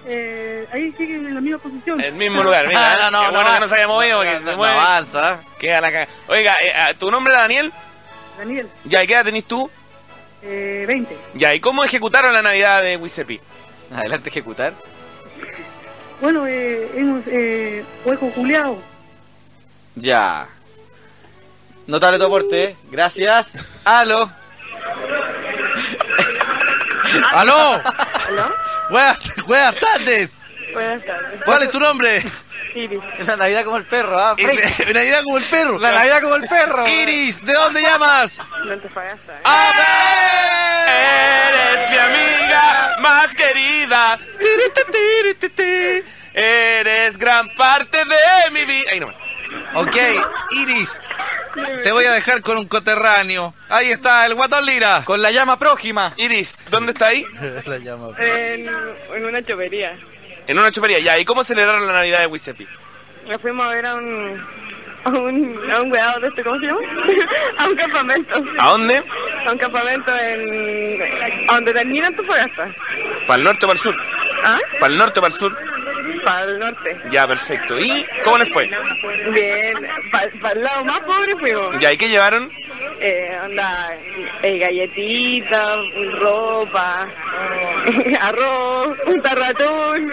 S9: Eh, ahí siguen en la misma posición.
S4: En el mismo lugar, mira. ¿eh?
S3: Ah,
S4: Qué bueno
S3: va-
S4: que no se haya movido,
S3: no,
S4: porque
S3: no,
S4: se
S3: no
S4: mueve.
S3: avanza.
S4: Queda la caga. Oiga, eh, ah, ¿tu nombre era Daniel?
S9: Daniel,
S4: Ya, ¿y qué edad tenés tú?
S9: eh, 20.
S4: Ya, ¿y cómo ejecutaron la Navidad de Wisepi?
S3: Adelante, ejecutar.
S9: Bueno, eh, hemos, eh, hueco juliado.
S3: Ya. Notable tu aporte, ¿eh? Gracias. Aló.
S2: ¡Aló!
S5: ¿Aló?
S2: Buenas, buenas tardes.
S5: Buenas tardes.
S2: ¿Cuál es tu nombre?
S5: Iris,
S3: La Navidad como el perro, ¿ah?
S2: Eh, Navidad como el perro.
S3: La Navidad como el perro.
S2: Iris, ¿de dónde llamas?
S5: no Antofagasta.
S4: Eres mi amiga más querida. Tiri, ti, tiri, ti, ti. Eres gran parte de mi vida. Ahí no
S2: Ok, Iris, te voy a dejar con un coterráneo. Ahí está, el guatón Lira.
S3: Con la llama próxima.
S4: Iris, ¿dónde está ahí?
S2: La llama.
S5: En, en una chopería.
S4: En una chopería, ya. ¿Y cómo celebraron la Navidad de Wisepi?
S5: Nos fuimos a ver a un. a un. a un weado de este, ¿cómo se llama? a un campamento.
S4: ¿A dónde?
S5: A un campamento en. a donde termina Antofagasta.
S4: ¿Para el norte o para el sur?
S5: ¿Ah?
S4: ¿Para el norte o para el sur?
S5: Para el norte.
S4: Ya, perfecto. ¿Y cómo les fue?
S5: Bien, para el lado más pobre fuimos.
S4: Ya, ¿y qué llevaron?
S5: Eh, onda, eh, galletitas, ropa, arroz, un tarratón.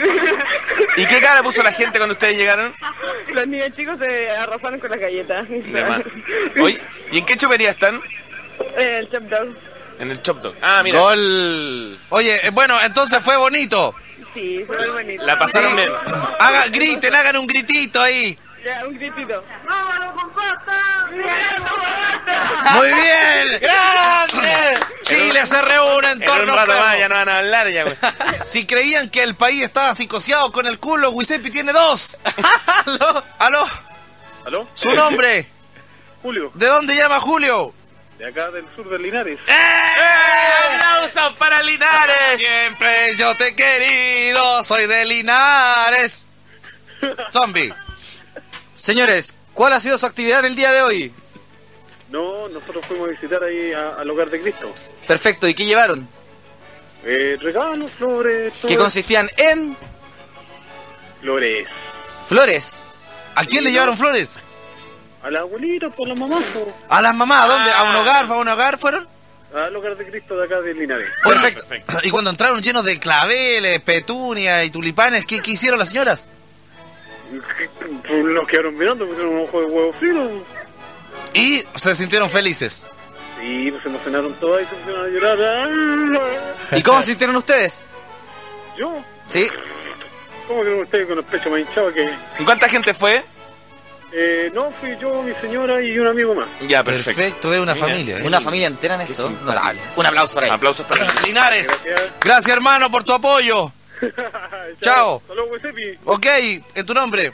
S4: ¿Y qué cara puso la gente cuando ustedes llegaron?
S5: Los niños chicos se arrasaron con las galletas.
S4: De más. Oye, ¿y en qué chopería están?
S5: El chop dog.
S4: En el Chop Dog. Ah, mira.
S2: Gol. Oye, eh, bueno, entonces fue bonito.
S5: Sí, fue muy bonito.
S4: La pasaron
S2: Sí.
S4: bien.
S2: Haga, griten, hagan un gritito ahí.
S5: Ya, un gritito.
S2: Muy bien. ¡Grande! Chile se reúne en
S4: En un
S2: torno
S4: rato
S2: a
S4: más ya no van a hablar ya, güey.
S2: Si creían que el país estaba psicoseado con el culo, Wisepi tiene dos. ¿Aló? ¿Aló?
S11: ¿Aló?
S2: ¿Su nombre?
S11: Julio,
S2: ¿De dónde llama Julio?
S11: de acá del sur de Linares.
S2: ¡Aplausos ¡Eh! para Linares! ¡Eh! Siempre yo te he querido, soy de Linares. Zombie.
S3: Señores, ¿cuál ha sido su actividad el día de hoy?
S11: No, nosotros fuimos a visitar ahí a- al hogar de Cristo.
S3: Perfecto, ¿y qué llevaron?
S11: Eh, regalos, flores, todo.
S3: Que consistían en
S11: Flores.
S3: flores.
S2: ¿A quién le llevaron flores?
S11: A pues, la abuelita, por los mamás, po.
S2: ¿A las mamás? ¿A dónde? ¿A un hogar? ¿A un hogar fueron?
S11: al hogar de Cristo de acá de Linares.
S2: Perfecto. Y cuando entraron llenos de claveles, petunias y tulipanes, ¿qué, qué hicieron las señoras?
S11: Pues, Nos quedaron mirando, pusieron un ojo de huevo frito.
S2: Y se sintieron felices.
S11: Y se emocionaron todas y se pusieron a llorar. Ah,
S3: ¿Y cómo se sintieron ustedes?
S11: Yo,
S3: Sí.
S11: ¿cómo creen ustedes con el pecho más hinchado que.?
S4: ¿Y ¿Cuánta gente fue?
S11: Eh, no, fui yo, mi señora y un amigo más.
S4: Ya,
S2: Perfecto,
S4: perfecto.
S2: es una familia. ¿eh?
S3: Una familia entera en esto.
S4: simpático.
S3: Notable. Un aplauso para ellos.
S4: Aplausos para ellos.
S2: Linares,
S11: Gracias.
S2: gracias hermano por tu apoyo. Chao.
S11: Hasta luego, Giuseppe.
S2: Ok, en tu nombre.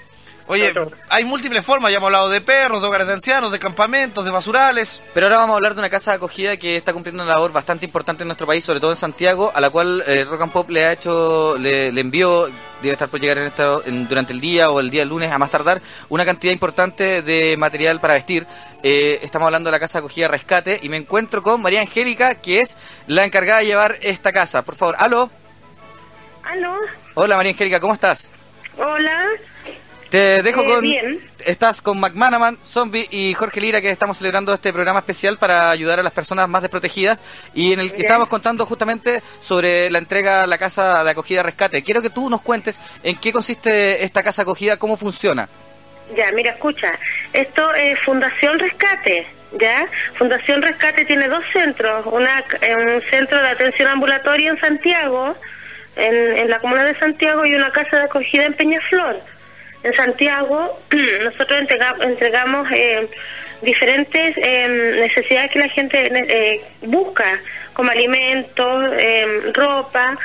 S2: Oye,
S11: Chao, chao.
S2: hay múltiples formas, ya hemos hablado de perros, de hogares de ancianos, de campamentos, de basurales.
S3: Pero ahora vamos a hablar de una casa de acogida que está cumpliendo una labor bastante importante en nuestro país, sobre todo en Santiago, a la cual eh, Rock and Pop le ha hecho, le, le envió, debe estar por llegar en esta- en- durante el día o el día del lunes, a más tardar, una cantidad importante de material para vestir. Eh, estamos hablando de la casa de acogida Rescate y me encuentro con María Angélica, que es la encargada de llevar esta casa. Por favor, aló.
S9: Aló,
S3: Hola María Angélica, ¿cómo estás?
S9: hola.
S3: Te dejo
S9: Eh,
S3: con.
S9: bien.
S3: Estás con McManaman, Zombie y Jorge Lira, que estamos celebrando este programa especial para ayudar a las personas más desprotegidas y en el que
S9: Bien.
S3: estábamos contando justamente sobre la entrega a la casa de acogida rescate. Quiero que tú nos cuentes en qué consiste esta casa acogida, cómo funciona.
S9: Ya, mira, escucha. Esto es Fundación Rescate, ¿ya? Fundación Rescate tiene dos centros. Una, eh, un centro de atención ambulatoria en Santiago, en, en la comuna de Santiago, y una casa de acogida en Peñaflor. En Santiago, nosotros entrega- entregamos eh, diferentes eh, necesidades que la gente eh, busca, como alimentos, eh, ropa,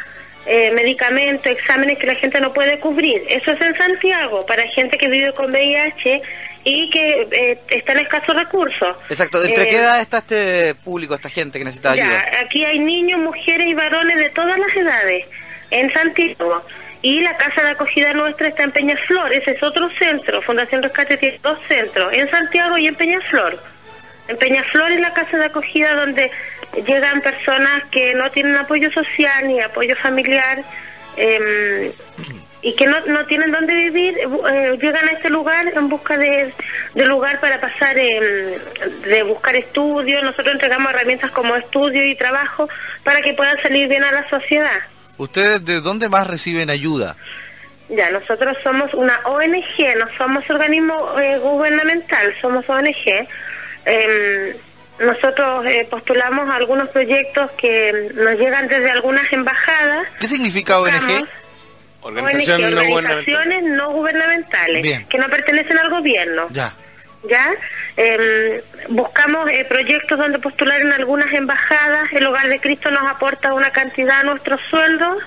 S9: eh, medicamentos, exámenes que la gente no puede cubrir. Eso es en Santiago, para gente que vive con VIH y que eh, está en escasos recursos.
S3: Exacto, ¿entre
S9: Eh,
S3: qué edad está este público, esta gente que necesita ayuda?
S9: ya, aquí hay niños, mujeres y varones de todas las edades en Santiago. Y la casa de acogida nuestra está en Peñaflor, ese es otro centro. Fundación Rescate tiene dos centros, en Santiago y en Peñaflor. En Peñaflor es la casa de acogida donde llegan personas que no tienen apoyo social ni apoyo familiar em, y que no, no tienen dónde vivir. bu- eh, llegan a este lugar en busca de, de lugar para pasar, em, de buscar estudios. Nosotros entregamos herramientas como estudio y trabajo para que puedan salir bien a la sociedad.
S2: ¿Ustedes de dónde más reciben ayuda?
S9: Ya, nosotros somos una ONG, no somos organismo eh, gubernamental, somos ONG. em, nosotros eh, postulamos algunos proyectos que em, nos llegan desde algunas embajadas,
S2: ¿Qué significa ONG?
S9: ONG, organizaciones no gubernamentales,
S2: Bien.
S9: que no pertenecen al gobierno.
S2: Ya.
S9: ¿ya? Eh, buscamos eh, proyectos donde postular en algunas embajadas, el Hogar de Cristo nos aporta una cantidad a nuestros sueldos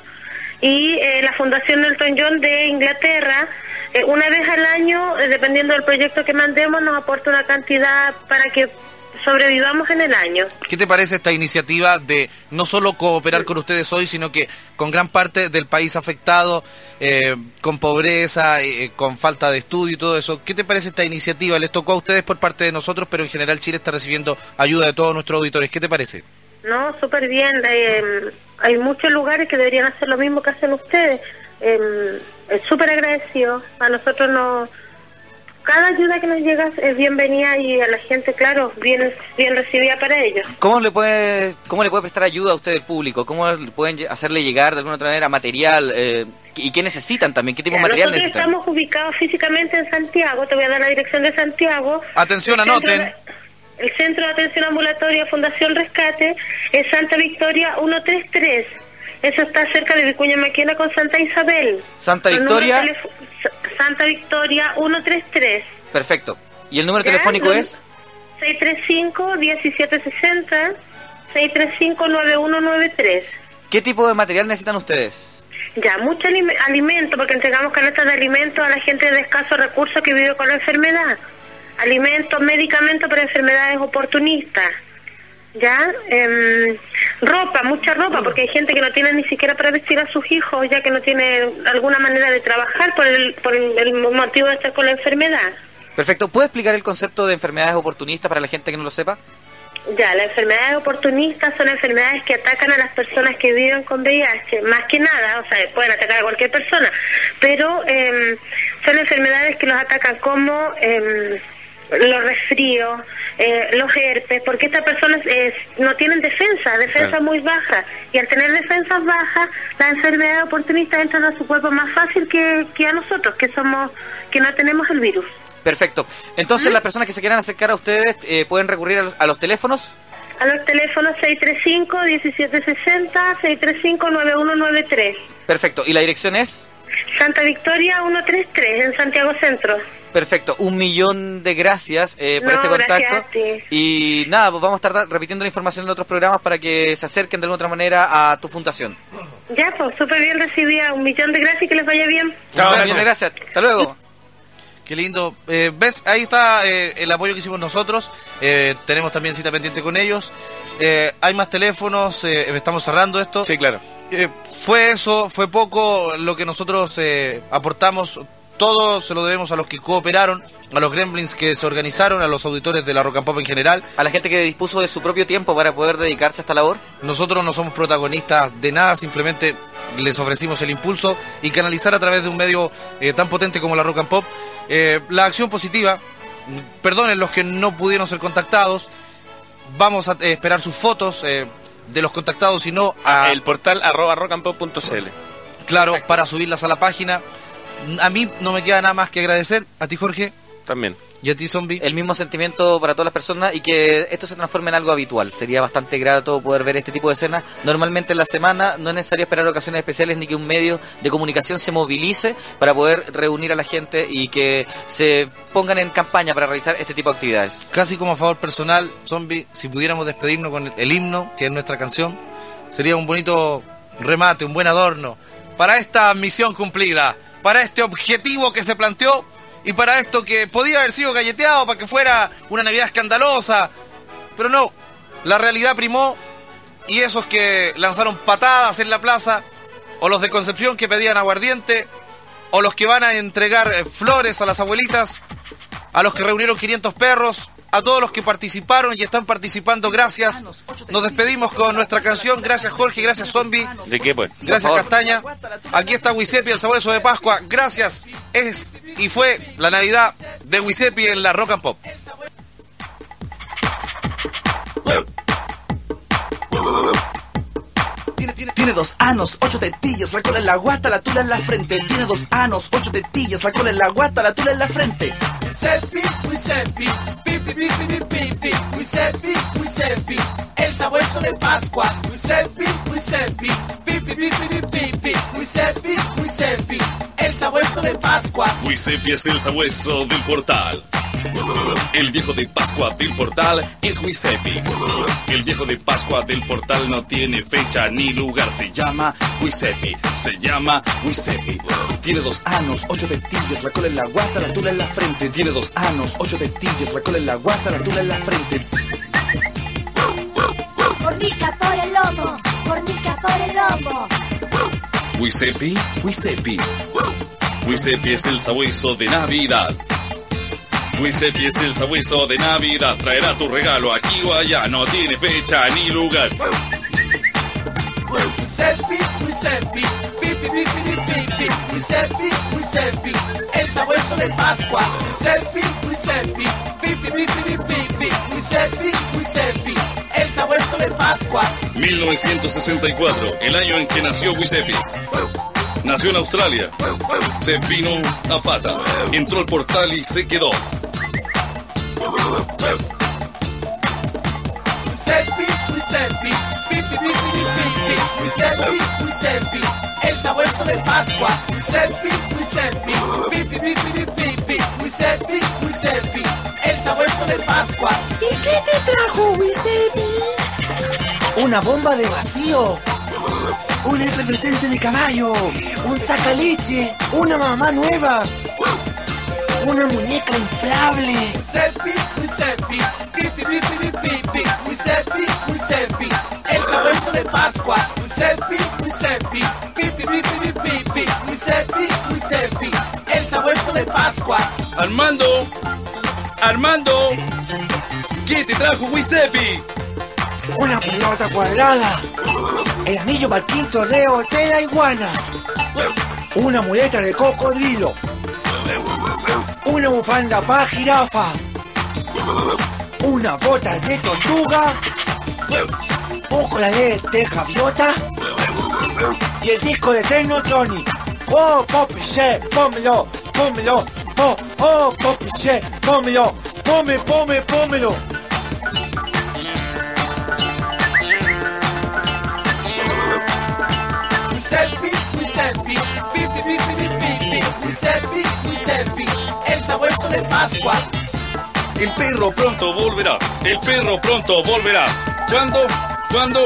S9: y eh, la Fundación Elton John de Inglaterra, eh, una vez al año, eh, dependiendo del proyecto que mandemos, nos aporta una cantidad para que sobrevivamos en el año.
S2: ¿Qué te parece esta iniciativa de no solo cooperar con ustedes hoy, sino que con gran parte del país afectado, eh, con pobreza, eh, con falta de estudio y todo eso? ¿Qué te parece esta iniciativa? Les tocó a ustedes por parte de nosotros, pero en general Chile está recibiendo ayuda de todos nuestros auditores. ¿Qué te parece?
S9: No, súper bien. Eh, hay muchos lugares que deberían hacer lo mismo que hacen ustedes. Eh, es súper agradecido. A nosotros no... Cada ayuda que nos llega es bienvenida y a la gente, claro, bien, bien recibida para ellos.
S3: ¿Cómo le puede, cómo le puede prestar ayuda a usted el público? ¿Cómo le pueden lle- hacerle llegar de alguna otra manera material? eh, ¿Y qué necesitan también? ¿Qué tipo de material
S9: Nosotros
S3: necesitan?
S9: estamos ubicados físicamente en Santiago. Te voy a dar la dirección de Santiago.
S2: Atención,
S9: El centro
S2: anoten.
S9: de- El Centro de Atención Ambulatoria Fundación Rescate es Santa Victoria 133. Eso está cerca de Vicuña Maquena con Santa Isabel.
S3: Santa
S9: El número
S3: Victoria.
S9: de telefo- Sa- Santa Victoria 133.
S3: Perfecto. ¿Y el número
S9: Ya,
S3: telefónico
S9: no-
S3: es?
S9: 635-1760. 635-9193.
S3: ¿Qué tipo de material necesitan ustedes?
S9: Ya, mucho alime- alimento, porque entregamos canastas de alimentos a la gente de escasos recursos que vive con la enfermedad. Alimentos, medicamentos para enfermedades oportunistas. Ya, em, ropa, mucha
S3: Mm.
S9: ropa, porque hay gente que no tiene ni siquiera para vestir a sus hijos, ya que no tiene alguna manera de trabajar por el, por el- el motivo de estar con la enfermedad.
S3: Perfecto. ¿Puede explicar el concepto de enfermedades oportunistas para la gente que no lo sepa?
S9: Ya, las enfermedades oportunistas son enfermedades que atacan a las personas que viven con VIH, más que nada, o sea, pueden atacar a cualquier persona, pero eh, son enfermedades que los atacan como eh, los resfríos, eh, los herpes, porque estas personas eh, no tienen defensa, defensa
S8: Claro.
S9: muy baja, y al tener defensas bajas, las enfermedades oportunistas entran a su cuerpo más fácil que, que a nosotros, que somos, que no tenemos el virus.
S3: Perfecto.
S9: ¿Mm?
S3: Entonces, las personas que se quieran acercar a ustedes eh, pueden recurrir a los, a los teléfonos.
S9: A los teléfonos 635-1760, 635-9193.
S3: Perfecto. ¿Y la dirección es?
S9: Santa Victoria 133, en Santiago Centro.
S3: Perfecto. Un millón de gracias eh, por
S9: No,
S3: este
S9: gracias
S3: contacto.
S9: a ti.
S3: Y nada, pues vamos a estar da- repitiendo la información en otros programas para que se acerquen de alguna otra manera a tu fundación.
S9: Ya, pues, súper bien recibida. Un millón de gracias y que les vaya bien.
S3: Un millón de gracias. Hasta luego.
S2: Qué lindo. Eh, ¿Ves? Ahí está eh, el apoyo que hicimos nosotros. Eh, tenemos también cita pendiente con ellos. Eh, hay más teléfonos. eh, estamos cerrando esto. Sí,
S4: claro.
S2: fue eso, fue poco lo que nosotros eh, aportamos. Todo se lo debemos a los que cooperaron, a los gremlins que se organizaron, a los auditores de la Rock and Pop en general.
S3: A la gente que dispuso de su propio tiempo para poder dedicarse a esta labor.
S2: Nosotros no somos protagonistas de nada, simplemente les ofrecimos el impulso y canalizar a través de un medio eh, tan potente como la Rock and Pop eh, la acción positiva. Mm, Perdonen los que no pudieron ser contactados. Vamos a eh, esperar sus fotos eh, de los contactados, si no, a,
S4: Ah, El portal arroba rockandpop.cl.
S2: claro, para subirlas a la página. A mí no me queda nada más que agradecer. A ti, Jorge.
S4: También.
S2: ¿Y a ti, zombie?
S3: El mismo sentimiento para todas las personas y que esto se transforme en algo habitual. Sería bastante grato poder ver este tipo de escenas. Normalmente en la semana no es necesario esperar ocasiones especiales ni que un medio de comunicación se movilice para poder reunir a la gente y que se pongan en campaña para realizar este tipo de actividades.
S2: Casi como a favor personal, zombie, si pudiéramos despedirnos con el, el himno, que es nuestra canción, sería un bonito remate, un buen adorno para esta misión cumplida, para este objetivo que se planteó y para esto que podía haber sido galleteado para que fuera una Navidad escandalosa, pero no, la realidad primó y esos que lanzaron patadas en la plaza, o los de Concepción que pedían aguardiente, o los que van a entregar eh, flores a las abuelitas, a los que reunieron 500 perros, a todos los que participaron y están participando, gracias. Nos despedimos con nuestra canción. Gracias Jorge, gracias Zombie,
S4: ¿De qué, pues?
S2: gracias Castaña. Aquí está Wisepi, el sabueso de Pascua. Gracias. Es y fue la Navidad de Wisepi en la Rock and Pop.
S11: Tiene, tiene, tiene dos anos, ocho tetillas, la cola en la guata, la tula en la frente. Tiene dos anos, ocho tetillas, la cola en la guata, la tula en la frente.
S13: Wisepi, Wisepi, pi, pi,
S8: beep, beep, beep, beep, beep. Giuseppe, Giuseppe, el sabueso de Pascua. Giuseppe, Giuseppe, beep, beep, beep, beep, beep, beep. Giuseppe, Giuseppe, el sabueso de Pascua.
S13: Giuseppe es el sabueso del portal. El viejo de Pascua del portal es Giuseppe. El viejo de Pascua del portal no tiene fecha ni lugar. Se llama Giuseppe. Se llama Giuseppe. Tiene dos
S11: anos, ocho tetillas, la cola en la guata, la tula en la frente. Tiene dos anos, ocho tetillas, la cola en la guata, la tula en la frente.
S14: Fornica por el lomo, fornica por el lomo.
S13: Giuseppe. Giuseppe. Giuseppe es el sabueso de Navidad. Giuseppe es el sabueso de Navidad. Traerá tu regalo aquí o allá. No tiene fecha ni lugar.
S8: Giuseppe, Giuseppe, beep, beep, beep, beep, beep, beep. Giuseppe, Giuseppe, el sabueso de Pascua. Giuseppe, Giuseppe, beep, beep, beep, beep, beep, beep. Giuseppe, Giuseppe, el sabueso de Pascua.
S13: 1964, el año en que nació Giuseppe. Nació en Australia. Se vino a pata. Entró al portal y se quedó.
S8: Giuseppe, Giuseppe, beep, beep, beep, beep, beep, beep. Giuseppe, Giuseppe, el sabueso de Pascua. Giuseppe, Giuseppe, beep, beep, beep, beep, beep, beep. Giuseppe, Giuseppe, el sabueso de Pascua.
S11: ¿Y qué te trajo, Giuseppe? Una bomba de vacío. Un efervescente de caballo. Un sacaleche. Una mamá nueva. Una muñeca inflable.
S8: Giuseppe, Giuseppe, beep, beep, beep, beep, beep, beep. Giuseppe, Giuseppe, el sabueso de Pascua. Giuseppe, Giuseppe, beep, beep, beep, beep, beep, beep. Giuseppe, Giuseppe, el sabueso de Pascua.
S4: Armando, Armando, ¿qué te trajo Giuseppe?
S11: Una pelota cuadrada. El anillo para el quinto reo de la iguana. Una muleta de cocodrilo. Una bufanda para jirafa. Una bota de tortuga. Un coladero de gaviota. Y el disco de Technotronic. Oh, Poppy Shea, pómelo, pómelo. Oh, oh, Poppy Shea, pómelo. Pome, pome, pómelo.
S8: Giuseppe, Giuseppe, beep, beep, beep, beep, beep, beep. Giuseppe, Giuseppe, el sabueso de Pascua.
S13: El perro pronto volverá. El perro pronto volverá. ¿Cuándo? ¿Cuándo?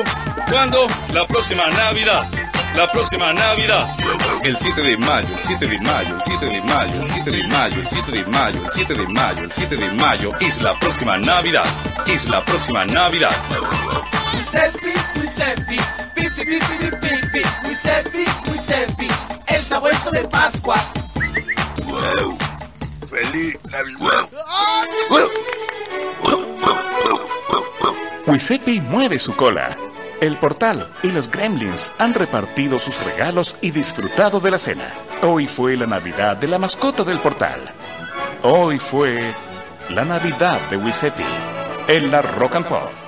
S13: ¿Cuándo? La próxima Navidad. La próxima Navidad. El 7 de mayo, el 7 de mayo, el 7 de mayo, el 7 de mayo, el 7 de mayo, el 7 de mayo, el 7 de mayo es la próxima Navidad. Es la próxima Navidad.
S8: Giuseppe, Giuseppe, beep, beep, beep, beep, beep, beep. Giuseppe, Giuseppe, el sabueso de Pascua.
S15: Feliz
S8: Oh,
S1: Giuseppe mueve su cola. El portal y los gremlins han repartido sus regalos y disfrutado de la cena. Hoy fue la Navidad de la mascota del portal. Hoy fue la Navidad de Giuseppe en la Rock and Pop.